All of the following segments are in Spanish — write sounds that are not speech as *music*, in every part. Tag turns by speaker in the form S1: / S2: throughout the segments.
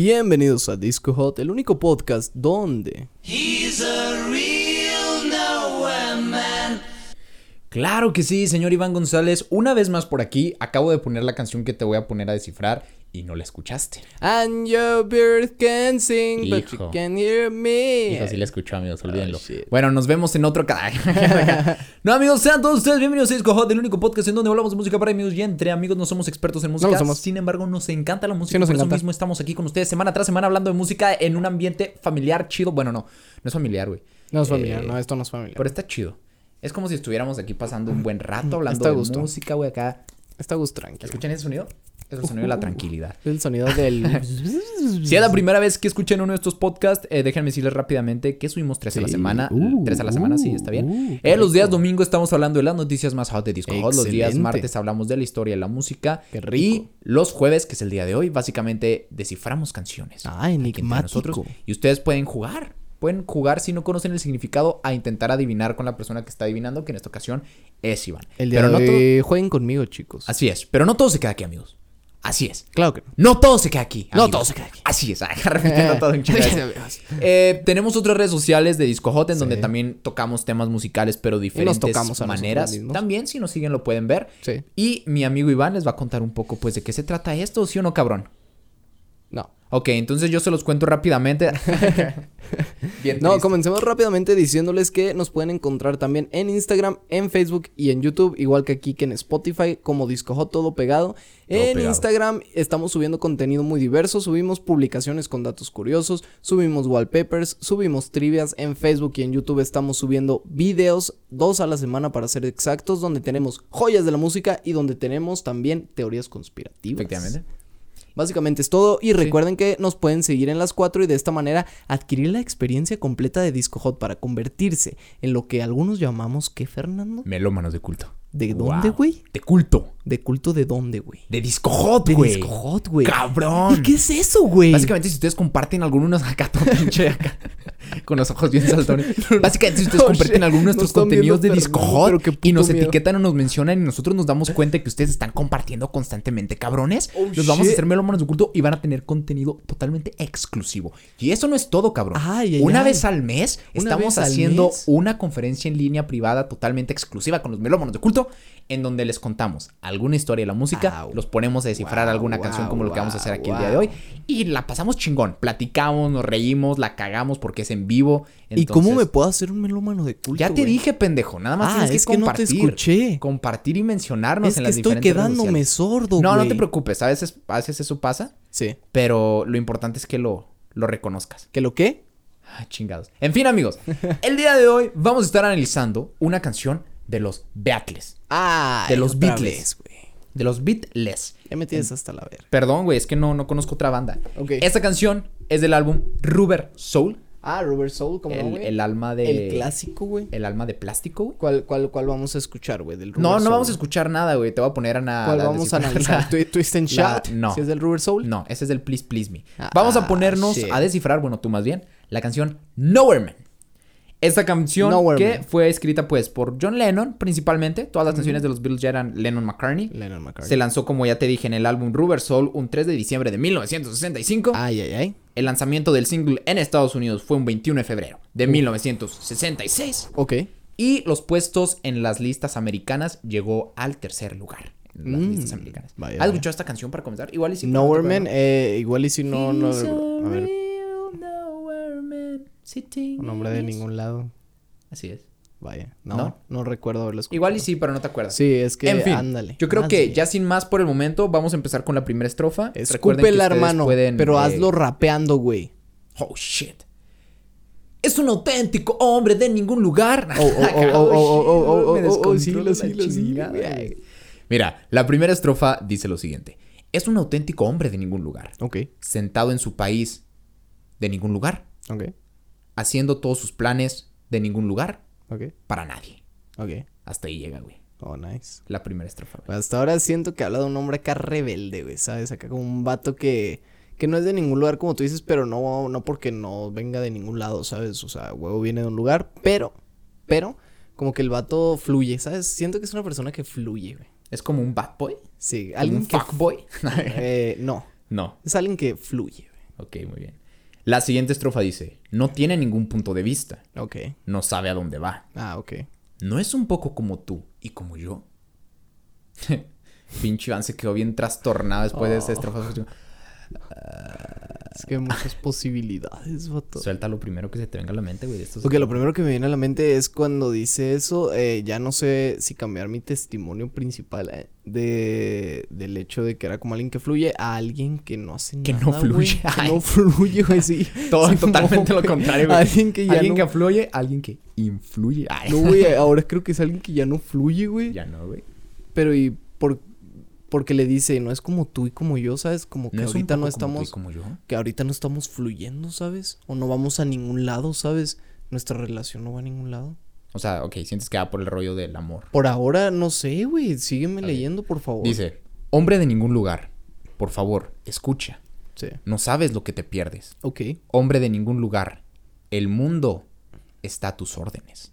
S1: Bienvenidos a Disco Hot, el único podcast donde...
S2: He's a real nowhere man.
S3: Claro que sí, señor Iván González. Una vez más por aquí, acabo de poner la canción que te voy a poner a descifrar y no la escuchaste.
S1: And your bird can sing, but you
S3: Hijo.
S1: can hear me.
S3: Hijo, sí la escuchó, amigos, olvídenlo.
S1: eh. shit.
S3: bueno, nos vemos en otro canal. *laughs* no, amigos, sean todos ustedes bienvenidos a Disco Hot, el único podcast en donde hablamos de música para amigos y entre amigos. No somos expertos en música,
S1: No lo somos.
S3: sin embargo, nos encanta la música.
S1: Sí, nos
S3: por eso
S1: encanta.
S3: mismo estamos aquí con ustedes semana tras semana hablando de música en un ambiente familiar chido. Bueno, no, no es familiar, güey.
S1: No es familiar,
S3: Eh,
S1: no, esto no es familiar.
S3: Pero está chido. Es como si estuviéramos aquí pasando un buen rato hablando
S1: Mm, Está a
S3: de
S1: gusto.
S3: música, güey, acá.
S1: Está Gus tranquilo.
S3: ¿Escuchan ese sonido? Es el sonido
S1: Uh.
S3: de la tranquilidad.
S1: Es el sonido
S3: *laughs*
S1: del... *laughs*
S3: Si es la primera vez que escuchan uno de estos podcasts, eh, déjenme decirles rápidamente que subimos tres a la
S1: Sí.
S3: semana.
S1: Uh,
S3: tres a la semana, sí,
S1: uh,
S3: está bien.
S1: uh,
S3: Eh, los días domingo estamos hablando de las noticias más hot de Disco Hot. Los días
S1: Excelente.
S3: martes hablamos de la historia de la música.
S1: Qué rico.
S3: Y los jueves, que es el día de hoy, básicamente desciframos canciones.
S1: Ah,
S3: Aquí entre nosotros.
S1: enigmático.
S3: Y ustedes pueden jugar. Pueden jugar si no conocen el significado a intentar adivinar con la persona que está adivinando, que en esta ocasión es Iván.
S1: El día
S3: Pero no
S1: de
S3: todo-
S1: hoy, jueguen conmigo, chicos.
S3: Así es. Pero no todo se queda aquí, amigos. Así es.
S1: Claro que no.
S3: No todo se queda aquí.
S1: No
S3: amigos.
S1: todo se queda aquí.
S3: Así es, *laughs* ah, repitiendo todo un chingo.
S1: *laughs*
S3: Eh, tenemos otras redes sociales de Disco Hot en donde también tocamos temas musicales, pero diferentes
S1: tocamos a nosotros
S3: maneras.
S1: mismos.
S3: También, si nos siguen, lo pueden ver.
S1: Sí.
S3: Y mi amigo Iván les va a contar un poco, pues, de qué se trata esto, ¿sí o no, cabrón?
S1: No.
S3: Ok, entonces yo se los
S1: *laughs*
S3: cuento rápidamente. Bien
S1: No,
S3: triste.
S1: comencemos rápidamente diciéndoles que nos pueden encontrar también en Instagram, en Facebook y en YouTube, igual que aquí que en Spotify, como Disco Hot, todo pegado. en
S3: pegado.
S1: Instagram estamos subiendo contenido muy diverso, subimos publicaciones con datos curiosos, subimos wallpapers, subimos trivias. En Facebook y en YouTube estamos subiendo videos, dos a la semana para ser exactos, donde tenemos joyas de la música y donde tenemos también teorías conspirativas.
S3: Efectivamente.
S1: Básicamente es todo y recuerden que nos pueden seguir en las cuatro y de esta manera adquirir la experiencia completa de Disco Hot para convertirse en lo que algunos llamamos ¿qué, Fernando?
S3: Melómanos de culto.
S1: ¿De dónde, güey?
S3: De culto.
S1: ¿De culto de dónde, güey?
S3: De Disco Hot,
S1: De
S3: güey.
S1: Disco Hot, güey.
S3: Cabrón.
S1: ¿Y qué es eso, güey?
S3: Básicamente, si ustedes comparten algunos acá, todo
S1: *laughs*
S3: pinche acá, con los ojos bien saltones. Básicamente, si ustedes
S1: No,
S3: comparten
S1: shit,
S3: algunos de
S1: no
S3: nuestros
S1: están
S3: contenidos de
S1: viendo,
S3: Disco
S1: perdón,
S3: Hot
S1: pero qué
S3: y nos
S1: puto miedo.
S3: etiquetan o nos mencionan y nosotros nos damos cuenta que ustedes están compartiendo constantemente, cabrones,
S1: Oh,
S3: nos vamos
S1: shit.
S3: a hacer melómanos de culto y van a tener contenido totalmente exclusivo. Y eso no es todo, cabrón.
S1: Ay, ay,
S3: una
S1: ay.
S3: vez al mes
S1: Una vez
S3: estamos
S1: al
S3: haciendo
S1: mes.
S3: una conferencia en línea privada totalmente exclusiva con los melómanos de culto en donde les contamos alguna historia de la música,
S1: Wow.
S3: los ponemos a descifrar
S1: Wow,
S3: alguna
S1: wow,
S3: canción como lo que vamos a hacer
S1: wow,
S3: aquí el día de
S1: wow.
S3: hoy y la pasamos chingón. Platicamos, nos reímos, la cagamos porque es en vivo.
S1: ¿Y cómo me
S3: entonces-
S1: puedo hacer un melómano de culto?
S3: Ya te
S1: güey?
S3: dije, pendejo. Nada más
S1: Ah,
S3: tienes que
S1: es que no te
S3: compartir.
S1: escuché.
S3: Compartir y mencionarnos
S1: Es
S3: en
S1: que
S3: las
S1: estoy
S3: diferentes redes
S1: quedándome
S3: sociales.
S1: sordo, güey.
S3: No, no te preocupes. A veces, a veces eso pasa,
S1: Sí.
S3: pero lo importante es que lo, lo reconozcas.
S1: ¿Que lo qué?
S3: Ah, chingados. En
S1: *laughs*
S3: fin, amigos, el día de hoy vamos a estar analizando una canción de los Beatles.
S1: Ah,
S3: De los
S1: otra
S3: Beatles.
S1: vez, güey.
S3: De los Beatles.
S1: Ya me tienes hasta la ver.
S3: Perdón, güey, es que no, no conozco otra banda.
S1: Ok.
S3: Esta canción es del álbum Rubber Soul.
S1: Ah, Robert Soul, ¿cómo no,
S3: El,
S1: güey?
S3: el alma de.
S1: El clásico, güey.
S3: El alma de plástico, güey.
S1: ¿Cuál, cuál, ¿Cuál vamos a escuchar, güey? Del
S3: No,
S1: Rubber
S3: no vamos a
S1: Soul?
S3: escuchar nada, güey. Te voy a poner a nada.
S1: ¿Cuál vamos a analizar? *laughs* Twi- ¿Twist and
S3: la-
S1: Shout?
S3: no.
S1: Si es del Rubber Soul.
S3: No, ese es el Please Please Me. Vamos
S1: Ah,
S3: a ponernos
S1: shit.
S3: a descifrar, bueno, tú más bien, la canción Nowhere Man. Esta canción
S1: Nowhere
S3: que
S1: Man.
S3: fue escrita pues por John Lennon principalmente, todas las canciones de los Beatles ya eran Lennon McCartney.
S1: Lennon McCartney.
S3: Se lanzó como ya te dije en el álbum Rubber Soul un 3 de diciembre de 1965.
S1: Ay, ay, ay.
S3: El lanzamiento del single en Estados Unidos fue un 21 de febrero de 1966.
S1: Ok.
S3: Y los puestos en las listas americanas llegó al tercer lugar. En las listas americanas.
S1: Mm, vaya,
S3: ¿Has
S1: vaya.
S3: escuchado esta canción para comenzar? Igual y si
S1: Nowhere Man, eh, igual y si no, no. A ver, un nombre de ningún lado.
S3: Así es.
S1: Vaya. No, no,
S3: ¿No?
S1: recuerdo haberlo escuchado.
S3: Igual y sí, pero no te acuerdas.
S1: Sí, es que.
S3: en fin,
S1: ándale.
S3: yo creo
S1: más
S3: que
S1: bien.
S3: ya sin más por el momento, vamos a empezar con la primera estrofa. Recuerden que
S1: Escúpela,
S3: ustedes
S1: hermano.
S3: pueden,
S1: pero
S3: eh,
S1: hazlo rapeando, güey.
S3: Oh shit. Es un auténtico hombre de ningún lugar.
S1: Oh, oh, oh, oh, oh, oh, oh,
S3: Me
S1: oh, oh, oh,
S3: descontrolo
S1: sí,
S3: la
S1: sí, sí,
S3: chingada,
S1: güey.
S3: güey. Mira, la primera estrofa dice lo siguiente. Es un auténtico hombre de ningún lugar.
S1: Ok,
S3: Sentado en su país de ningún lugar.
S1: ok,
S3: Haciendo todos sus planes de ningún lugar
S1: ok,
S3: para nadie.
S1: ok.
S3: Hasta ahí llega, güey.
S1: Oh, nice.
S3: La primera estrofa. güey.
S1: Hasta ahora siento que habla de un hombre acá rebelde, güey, ¿sabes? Acá como un vato que, que no es de ningún lugar, como tú dices, pero no, no porque no venga de ningún lado, ¿sabes? O sea, huevo viene de un lugar, pero, pero, como que el vato fluye, ¿sabes? Siento que es una persona que fluye, güey.
S3: Es como un bad boy.
S1: Sí,
S3: ¿Algún
S1: alguien que...
S3: fuck boy? *laughs*
S1: eh, no,
S3: no.
S1: es alguien que fluye, güey.
S3: Ok, muy bien. La siguiente estrofa dice, no tiene ningún punto de vista,
S1: Ok.
S3: no sabe a dónde va.
S1: Ah, ok.
S3: ¿No es un poco como tú y como yo? *laughs* Pinche Iván se quedó bien trastornado después de esta
S1: Oh.
S3: estrofa.
S1: Es que hay muchas posibilidades, vato.
S3: Suelta lo primero que se te venga a la mente, güey. de estos-
S1: Ok, lo primero que me viene a la mente es cuando dice eso, eh, ya no sé si cambiar mi testimonio principal eh, de, del hecho de que era como alguien que fluye a alguien que no hace
S3: Que
S1: nada.
S3: no
S1: güey,
S3: fluye,
S1: *laughs* que
S3: ay.
S1: no fluye, güey, sí.
S3: *laughs* Todo
S1: Sí,
S3: totalmente
S1: no,
S3: lo contrario, güey.
S1: Alguien que ya
S3: alguien que
S1: no...
S3: afluye, alguien que influye. *laughs* Ay.
S1: No, güey, ahora creo que es alguien que ya no fluye, güey.
S3: Ya no, güey.
S1: Pero y por... Porque le dice, no es como tú y como yo, ¿sabes? Como que
S3: es un
S1: ahorita no
S3: poco como tú y
S1: estamos...
S3: Como yo.
S1: Que ahorita no estamos fluyendo, ¿sabes? O no vamos a ningún lado, ¿sabes? Nuestra relación no va a ningún lado.
S3: O sea, ok, sientes que va por el rollo del amor.
S1: Por ahora, no sé, güey. Sígueme
S3: Ok.
S1: leyendo, por favor.
S3: Dice, hombre de ningún lugar, por favor, escucha.
S1: Sí.
S3: No sabes lo que te pierdes.
S1: Ok.
S3: Hombre de ningún lugar, el mundo está a tus órdenes.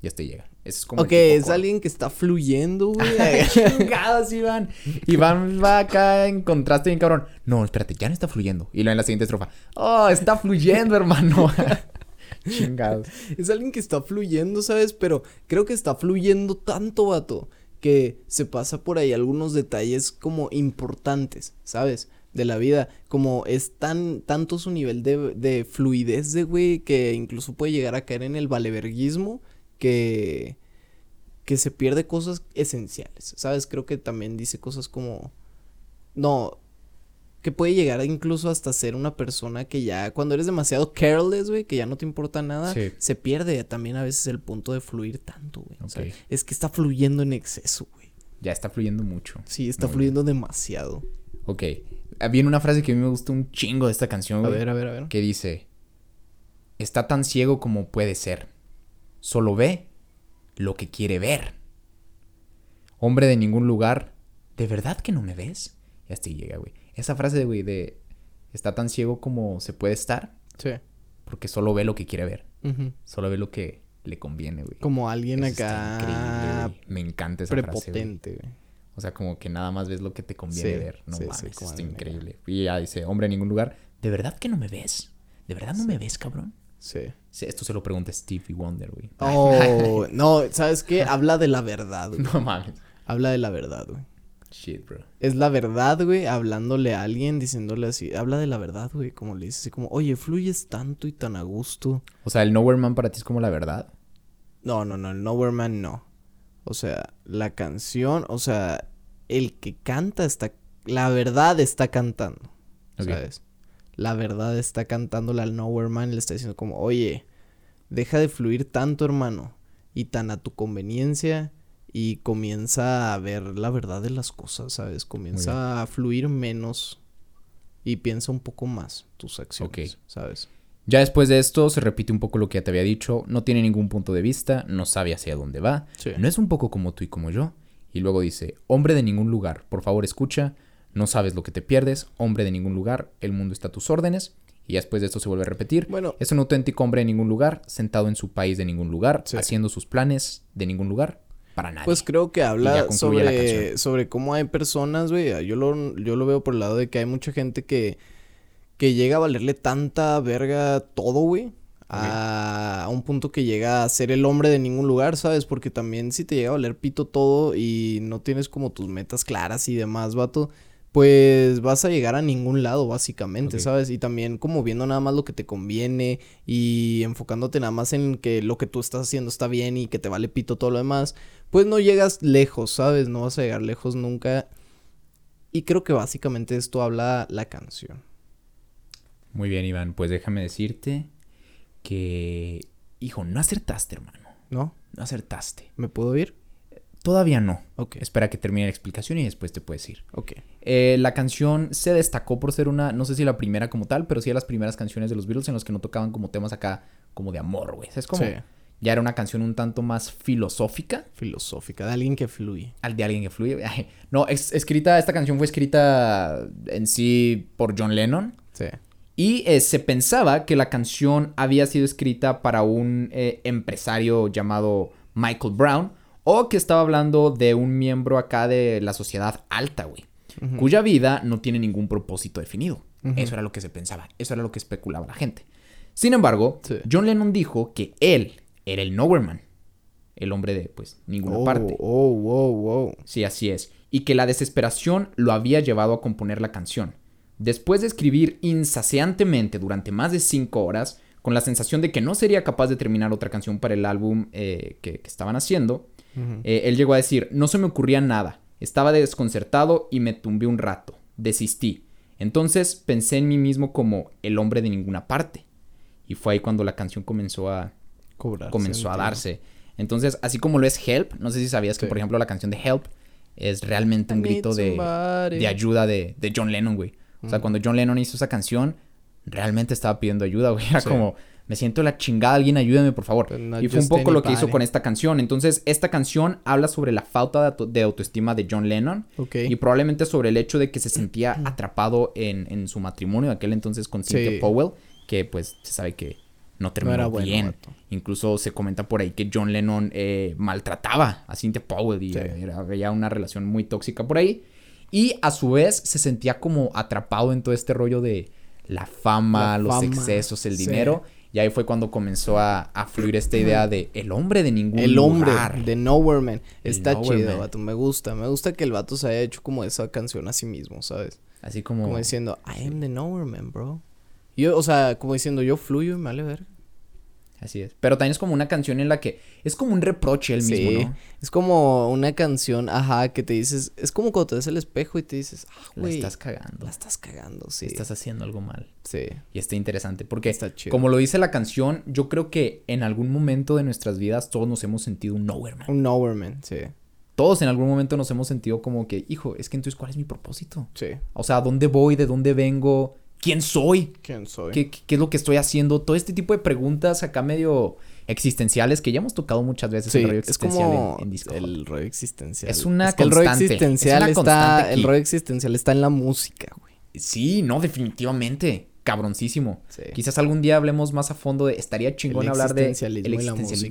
S3: Ya te llega. Es como el
S1: Ok,
S3: tipo
S1: es
S3: coro. *laughs*
S1: alguien que está fluyendo, güey.
S3: Chingados, Iván. Iván va acá en contraste bien cabrón. No, espérate, ya no está fluyendo. Y luego en la siguiente estrofa. Oh, está fluyendo, hermano. *laughs* Chingados.
S1: es alguien que está fluyendo, ¿sabes? Pero creo que está fluyendo tanto, vato, que se pasa por ahí algunos detalles como importantes, ¿sabes? De la vida. Como es tan, tanto su nivel de, de fluidez, de, güey, que incluso puede llegar a caer en el valeverguismo que... que se pierde cosas esenciales, ¿sabes? Creo que también dice cosas como... No, que puede llegar incluso hasta ser una persona que ya cuando eres demasiado careless, güey, que ya no te importa nada,
S3: Sí.
S1: se pierde también a veces el punto de fluir tanto, güey. O sea,
S3: Ok.
S1: es que está fluyendo en exceso, güey.
S3: Ya está fluyendo mucho.
S1: Sí, está
S3: Muy
S1: fluyendo demasiado.
S3: Ok. Ah, Viene una frase que a mí me gusta un chingo de esta canción,
S1: A
S3: güey,
S1: ver, a ver, a ver.
S3: Que dice: Está tan ciego como puede ser. Solo ve lo que quiere ver. Hombre de ningún lugar, ¿de verdad que no me ves? Y hasta ahí llega, güey. Esa frase, güey, de: Está tan ciego como se puede estar,
S1: Sí.
S3: porque solo ve lo que quiere ver.
S1: Ujú.
S3: Solo ve lo que le conviene, güey.
S1: Como alguien
S3: Eso está
S1: acá
S3: increíble, güey. Me encanta esa frase. güey.
S1: prepotente, güey.
S3: O sea, como que nada más ves lo que te conviene
S1: Sí,
S3: ver. No
S1: sí, sí,
S3: mames, esto
S1: como
S3: está
S1: alguien acá.
S3: increíble. Y ya dice, hombre, en ningún lugar. ¿De verdad que no me ves? ¿De verdad no me ves, cabrón?
S1: Sí.
S3: Sí, Esto se lo pregunta Stevie Wonder, güey. *laughs*
S1: Oh, no, ¿sabes qué? Habla de la verdad, güey.
S3: No mames.
S1: Habla de la verdad, güey.
S3: Shit, bro.
S1: Es la verdad, güey, hablándole a alguien, diciéndole así, habla de la verdad, güey, como le dices así como, oye, fluyes tanto y tan a gusto.
S3: O sea, el Nowhere Man para ti es como la verdad.
S1: No, no, no, el Nowhere Man no. O sea, la canción, o sea, el que canta está, la verdad está cantando,
S3: Ok.
S1: ¿sabes? La verdad está cantándola al Nowhere Man y le está diciendo como, oye, deja de fluir tanto, hermano, y tan a tu conveniencia y comienza a ver la verdad de las cosas, ¿sabes? Comienza a fluir menos y piensa un poco más tus acciones, ¿sabes?
S3: Ya después de esto se repite un poco lo que ya te había dicho. No tiene ningún punto de vista, no sabe hacia dónde va.
S1: Sí.
S3: No es un poco como tú y como yo. Y luego dice, hombre de ningún lugar, por favor escucha. No sabes lo que te pierdes, hombre de ningún lugar, el mundo está a tus órdenes. Y ya después de esto se vuelve a repetir.
S1: Bueno.
S3: es un auténtico hombre de ningún lugar, sentado en su país de ningún lugar,
S1: Sí.
S3: haciendo sus planes de ningún lugar, para nadie.
S1: Pues creo que habla
S3: concluye la
S1: sobre,
S3: canción.
S1: sobre cómo hay personas, güey. Yo lo, yo lo veo por el lado de que hay mucha gente que, que llega a valerle tanta verga todo, güey. A, a un punto que llega a ser el hombre de ningún lugar, ¿sabes? Porque también si te llega a valer pito todo y no tienes como tus metas claras y demás, vato, pues vas a llegar a ningún lado, básicamente,
S3: Ok.
S1: ¿sabes? Y también como viendo nada más lo que te conviene y enfocándote nada más en que lo que tú estás haciendo está bien y que te vale pito todo lo demás, pues no llegas lejos, ¿sabes? No vas a llegar lejos nunca. Y creo que básicamente esto habla la canción.
S3: Muy bien, Iván, pues déjame decirte que, hijo, no acertaste, hermano.
S1: ¿No?
S3: No acertaste.
S1: ¿Me puedo ir?
S3: Todavía no.
S1: Ok.
S3: Espera que termine la explicación y después te puedes ir.
S1: Ok.
S3: Eh, la canción se destacó por ser una, no sé si la primera como tal, pero sí de las primeras canciones de los Beatles en las que no tocaban como temas acá como de amor, güey. Es como
S1: Sí.
S3: ya era una canción un tanto más filosófica
S1: Filosófica, de alguien que fluye.
S3: al de alguien que fluye. *laughs* güey. Ay, No, es, escrita esta canción fue escrita en sí por John Lennon
S1: Sí.
S3: y eh, se pensaba que la canción había sido escrita para un eh, empresario llamado Michael Brown o que estaba hablando de un miembro acá de la sociedad alta, güey, cuya vida no tiene ningún propósito definido. Eso era lo que se pensaba, eso era lo que especulaba la gente. Sin embargo,
S1: Sí.
S3: John Lennon dijo que él era el Nowhere Man, el hombre de pues ninguna
S1: Oh,
S3: parte.
S1: oh, wow, wow.
S3: Sí, así es. Y que la desesperación lo había llevado a componer la canción. Después de escribir insaciantemente durante más de cinco horas, con la sensación de que no sería capaz de terminar otra canción para el álbum eh, que, que estaban haciendo, eh, él llegó a decir, no se me ocurría nada, estaba desconcertado y me tumbé un rato, desistí. Entonces pensé en mí mismo como el hombre de ninguna parte. Y fue ahí cuando la canción comenzó a,
S1: Cobrarse,
S3: comenzó a
S1: entiendo.
S3: darse. Entonces, así como lo es Help, no sé si sabías que,
S1: Sí.
S3: por ejemplo, la canción de Help es realmente un
S1: I
S3: grito
S1: need
S3: de,
S1: somebody.
S3: de ayuda de, de John Lennon, güey. O
S1: Mm.
S3: sea, cuando John Lennon hizo esa canción, realmente estaba pidiendo ayuda, güey. Era
S1: Sí.
S3: como, me siento la chingada, alguien ayúdame, por favor.
S1: But not
S3: Y fue un
S1: just
S3: poco lo que hizo
S1: anybody.
S3: con esta canción. Entonces, esta canción habla sobre la falta de, auto- de autoestima de John Lennon.
S1: Ok.
S3: Y probablemente sobre el hecho de que se sentía atrapado en, en su matrimonio de aquel entonces con Cynthia
S1: Sí.
S3: Powell, que pues se sabe que no terminó
S1: era bueno,
S3: bien.
S1: vato.
S3: Incluso se comenta por ahí que John Lennon eh, maltrataba a Cynthia Powell y
S1: Sí.
S3: eh, era- había una relación muy tóxica por ahí. Y a su vez se sentía como atrapado en todo este rollo de la
S1: La
S3: fama, los
S1: fama,
S3: excesos, el
S1: sí.
S3: dinero. Y ahí fue cuando comenzó a, a fluir esta idea de el hombre de ningún
S1: El hombre
S3: lugar.
S1: de Nowhere Man. Está
S3: Nowhere
S1: chido,
S3: Man.
S1: vato. Me gusta. Me gusta que el vato se haya hecho como esa canción a sí mismo, ¿sabes?
S3: Así como,
S1: Como diciendo, I am the Nowhere Man, bro. Yo, o sea, como diciendo, yo fluyo y me vale ver.
S3: Así es. Pero también es como una canción en la que es como un reproche él mismo,
S1: Sí.
S3: ¿no?
S1: Es como una canción, ajá, que te dices. Es como cuando te ves el espejo y te dices, ah,
S3: La
S1: güey.
S3: estás cagando.
S1: La estás cagando, sí.
S3: Estás haciendo algo mal.
S1: Sí.
S3: Y está interesante porque,
S1: Está chido.
S3: como lo dice la canción, yo creo que en algún momento de nuestras vidas todos nos hemos sentido un nowhere man.
S1: Un Nowhere Man, sí.
S3: Todos en algún momento nos hemos sentido como que, hijo, es que entonces, ¿cuál es mi propósito?
S1: Sí.
S3: O sea, ¿a ¿dónde voy? ¿De dónde vengo? ¿Quién soy?
S1: ¿Quién soy?
S3: ¿Qué, qué- qué es lo que estoy haciendo? Todo este tipo de preguntas acá medio existenciales que ya hemos tocado muchas veces
S1: Sí,
S3: el rollo
S1: es
S3: existencial en-
S1: como
S3: en, Discord.
S1: el rollo existencial.
S3: Es una
S1: que el rollo
S3: constante, es
S1: existencial
S3: una
S1: está
S3: constante
S1: el
S3: aquí.
S1: rollo existencial está en la música, güey.
S3: Sí, no, definitivamente. Cabroncísimo.
S1: Sí.
S3: Quizás algún día hablemos más a fondo de. Estaría chingón
S1: el
S3: hablar de.
S1: existencialismo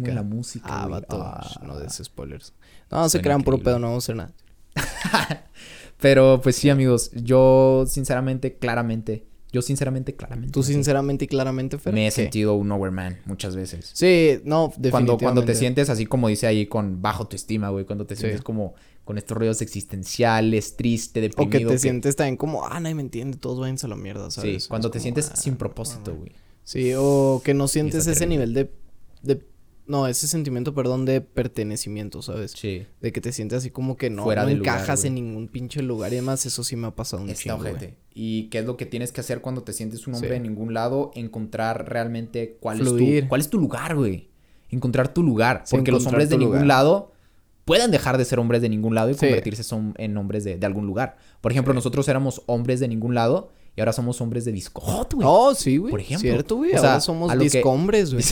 S1: y la música.
S3: y la música.
S1: Ah,
S3: güey.
S1: vato,
S3: Ah.
S1: no des spoilers. No, no se
S3: Suena
S1: crean puro
S3: increíble.
S1: pedo, no vamos a hacer nada.
S3: Pero pues sí, amigos. Yo, sinceramente, claramente. Yo, sinceramente, claramente.
S1: Tú
S3: me he
S1: sinceramente y claramente, Fer,
S3: Me he
S1: ¿qué?
S3: sentido un overman muchas veces.
S1: Sí, no, definitivamente.
S3: Cuando, cuando te sientes así como dice ahí con bajo tu estima, güey. Cuando te
S1: Sí.
S3: sientes como con estos rollos existenciales, triste,
S1: o
S3: deprimido.
S1: que te
S3: que-
S1: sientes también como, ah, nadie me entiende, todos váyanse a la mierda,
S3: Sí,
S1: ¿sabes?
S3: cuando
S1: Es
S3: te
S1: como,
S3: sientes
S1: ah,
S3: sin
S1: no,
S3: propósito, güey.
S1: Sí, o que no sientes ese
S3: terrible.
S1: nivel de, de no, ese sentimiento, perdón, de pertenecimiento, ¿sabes?
S3: Sí.
S1: De que te sientes así como que no,
S3: Fuera
S1: no
S3: de lugar,
S1: encajas en
S3: güey.
S1: ningún pinche lugar y además eso sí me ha pasado un
S3: Está
S1: chingo, güey.
S3: ojete. ¿Y qué es lo que tienes que hacer cuando te sientes un hombre
S1: Sí.
S3: de ningún lado? Encontrar realmente cuál es
S1: Fluir.
S3: tu, cuál es tu lugar, güey. Encontrar tu lugar.
S1: Sí,
S3: Porque los
S1: encontrar
S3: hombres de
S1: tu
S3: ningún
S1: lugar.
S3: lado pueden dejar de ser hombres de ningún lado y
S1: Sí.
S3: convertirse son- en hombres de, de algún lugar. Por ejemplo, nosotros éramos hombres de ningún lado y ahora somos hombres de disco hot, güey.
S1: Oh, sí, güey.
S3: Por ejemplo.
S1: Cierto, güey.
S3: O
S1: Ahora
S3: sea,
S1: somos
S3: a lo que-
S1: discombres,
S3: *laughs*
S1: güey.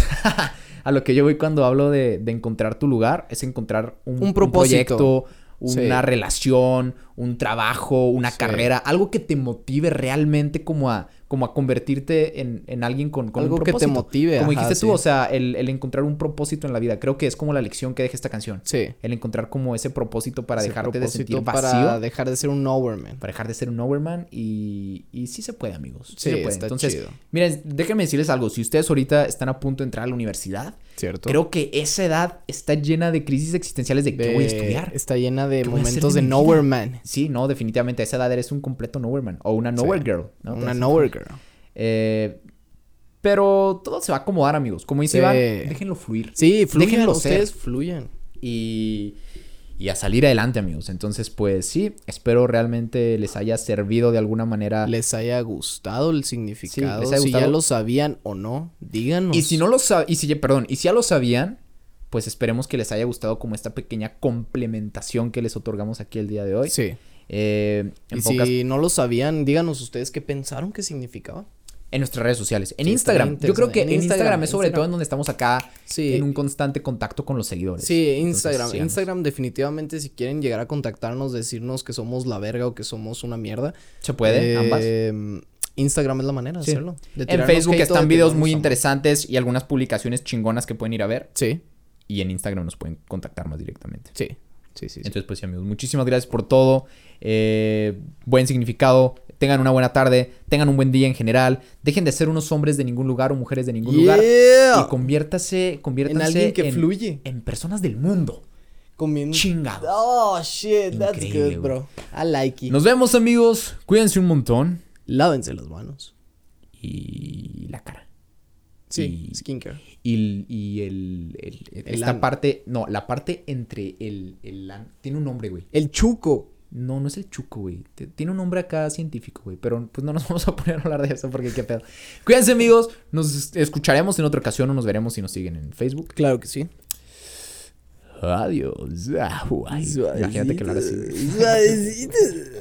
S3: A lo que yo voy cuando hablo de, de encontrar tu lugar es encontrar un,
S1: Un
S3: un
S1: propósito.
S3: proyecto,
S1: Sí.
S3: una relación, un trabajo, una
S1: Sí.
S3: carrera, algo que te motive realmente como a, como a convertirte en, en alguien con, con un
S1: Algo que te
S3: propósito.
S1: motive,
S3: Como
S1: ajá,
S3: dijiste tú,
S1: sí.
S3: o sea, el, el encontrar un propósito en la vida. Creo que es como la lección que deja esta canción.
S1: Sí.
S3: El encontrar como ese propósito para
S1: Ese
S3: dejarte de sentir
S1: propósito
S3: vacío.
S1: Para dejar de ser un nowhereman.
S3: Para dejar de ser un overman y, y sí se puede, amigos. Sí,
S1: Sí,
S3: se puede.
S1: está
S3: Entonces,
S1: chido.
S3: miren, déjenme decirles algo. Si ustedes ahorita están a punto de entrar a la universidad,
S1: Cierto.
S3: Creo que esa edad está llena de crisis existenciales de qué
S1: De-
S3: voy a estudiar.
S1: Está llena de
S3: ¿Qué voy a hacer
S1: momentos
S3: de
S1: de,
S3: mi vida?
S1: nowhereman.
S3: Sí, no, definitivamente a esa edad eres un completo nowhere man o una nowhere
S1: Sí.
S3: girl. ¿no? pues,
S1: Una
S3: Entonces,
S1: nowhere girl.
S3: eh, pero todo se va a acomodar, amigos. Como dice
S1: Sí.
S3: Iván, déjenlo fluir.
S1: Sí, fluyan.
S3: Déjenlo ser.
S1: ustedes fluyan.
S3: Y, y a salir adelante, amigos. Entonces, pues sí, espero realmente les haya servido de alguna manera.
S1: Les haya gustado el significado.
S3: Ah. les haya
S1: Si ya
S3: gustado.
S1: lo sabían o no, díganos.
S3: Y si no lo sa- y si ya- perdón, y si ya lo sabían, pues esperemos que les haya gustado como esta pequeña complementación que les otorgamos aquí el día de hoy.
S1: Sí.
S3: Eh, en,
S1: Y
S3: pocas-
S1: si no lo sabían, díganos ustedes qué pensaron que significaba.
S3: en nuestras redes sociales. En
S1: Sí, está bien
S3: Instagram. Yo creo
S1: interesante.
S3: que
S1: En
S3: en Instagram,
S1: Instagram,
S3: es sobre
S1: Instagram.
S3: todo en donde estamos acá
S1: Sí.
S3: en un constante contacto con los seguidores.
S1: Sí,
S3: Entonces,
S1: Instagram.
S3: síganos.
S1: Instagram definitivamente si quieren llegar a contactarnos, decirnos que somos la verga o que somos una mierda.
S3: Se puede, ambas.
S1: ambas. Em, Instagram es la manera de
S3: Sí.
S1: hacerlo. de
S3: En
S1: Eh, tirarnos
S3: Facebook
S1: hate o de
S3: están videos
S1: tirarnos
S3: muy
S1: amor.
S3: interesantes y algunas publicaciones chingonas que pueden ir a ver.
S1: Sí,
S3: Y en Instagram nos pueden contactar más directamente.
S1: sí, sí, sí. sí.
S3: Entonces, pues sí, amigos, muchísimas gracias por todo. Eh, buen significado. Tengan una buena tarde, tengan un buen día en general. Dejen de ser unos hombres de ningún lugar o mujeres de ningún lugar.
S1: Yeah.
S3: Y conviértase, conviértanse
S1: En alguien que Mm. fluye.
S3: En personas del mundo.
S1: Comiendo.
S3: Chingados.
S1: Oh, shit, that's
S3: Increíble,
S1: good, bro. I like it.
S3: Nos vemos, amigos. Cuídense un montón.
S1: Lávense las manos.
S3: Y la cara.
S1: Sí,
S3: Y-
S1: skincare.
S3: Y, y el, el-
S1: El
S3: Esta
S1: ano.
S3: parte. No, la parte entre el. el an- tiene un nombre, güey.
S1: El chuco.
S3: No, no es el chuco, güey. Te- Tiene un nombre acá científico, güey. Pero pues no nos *laughs* vamos a poner a hablar de eso porque qué pedo. Cuídense, amigos. Nos es- escucharemos en otra ocasión o nos veremos si nos siguen en Facebook.
S1: Claro que sí.
S3: Adiós. Ah, guay. Imagínate que lo hagas así.
S1: Suavecito. Suavecito.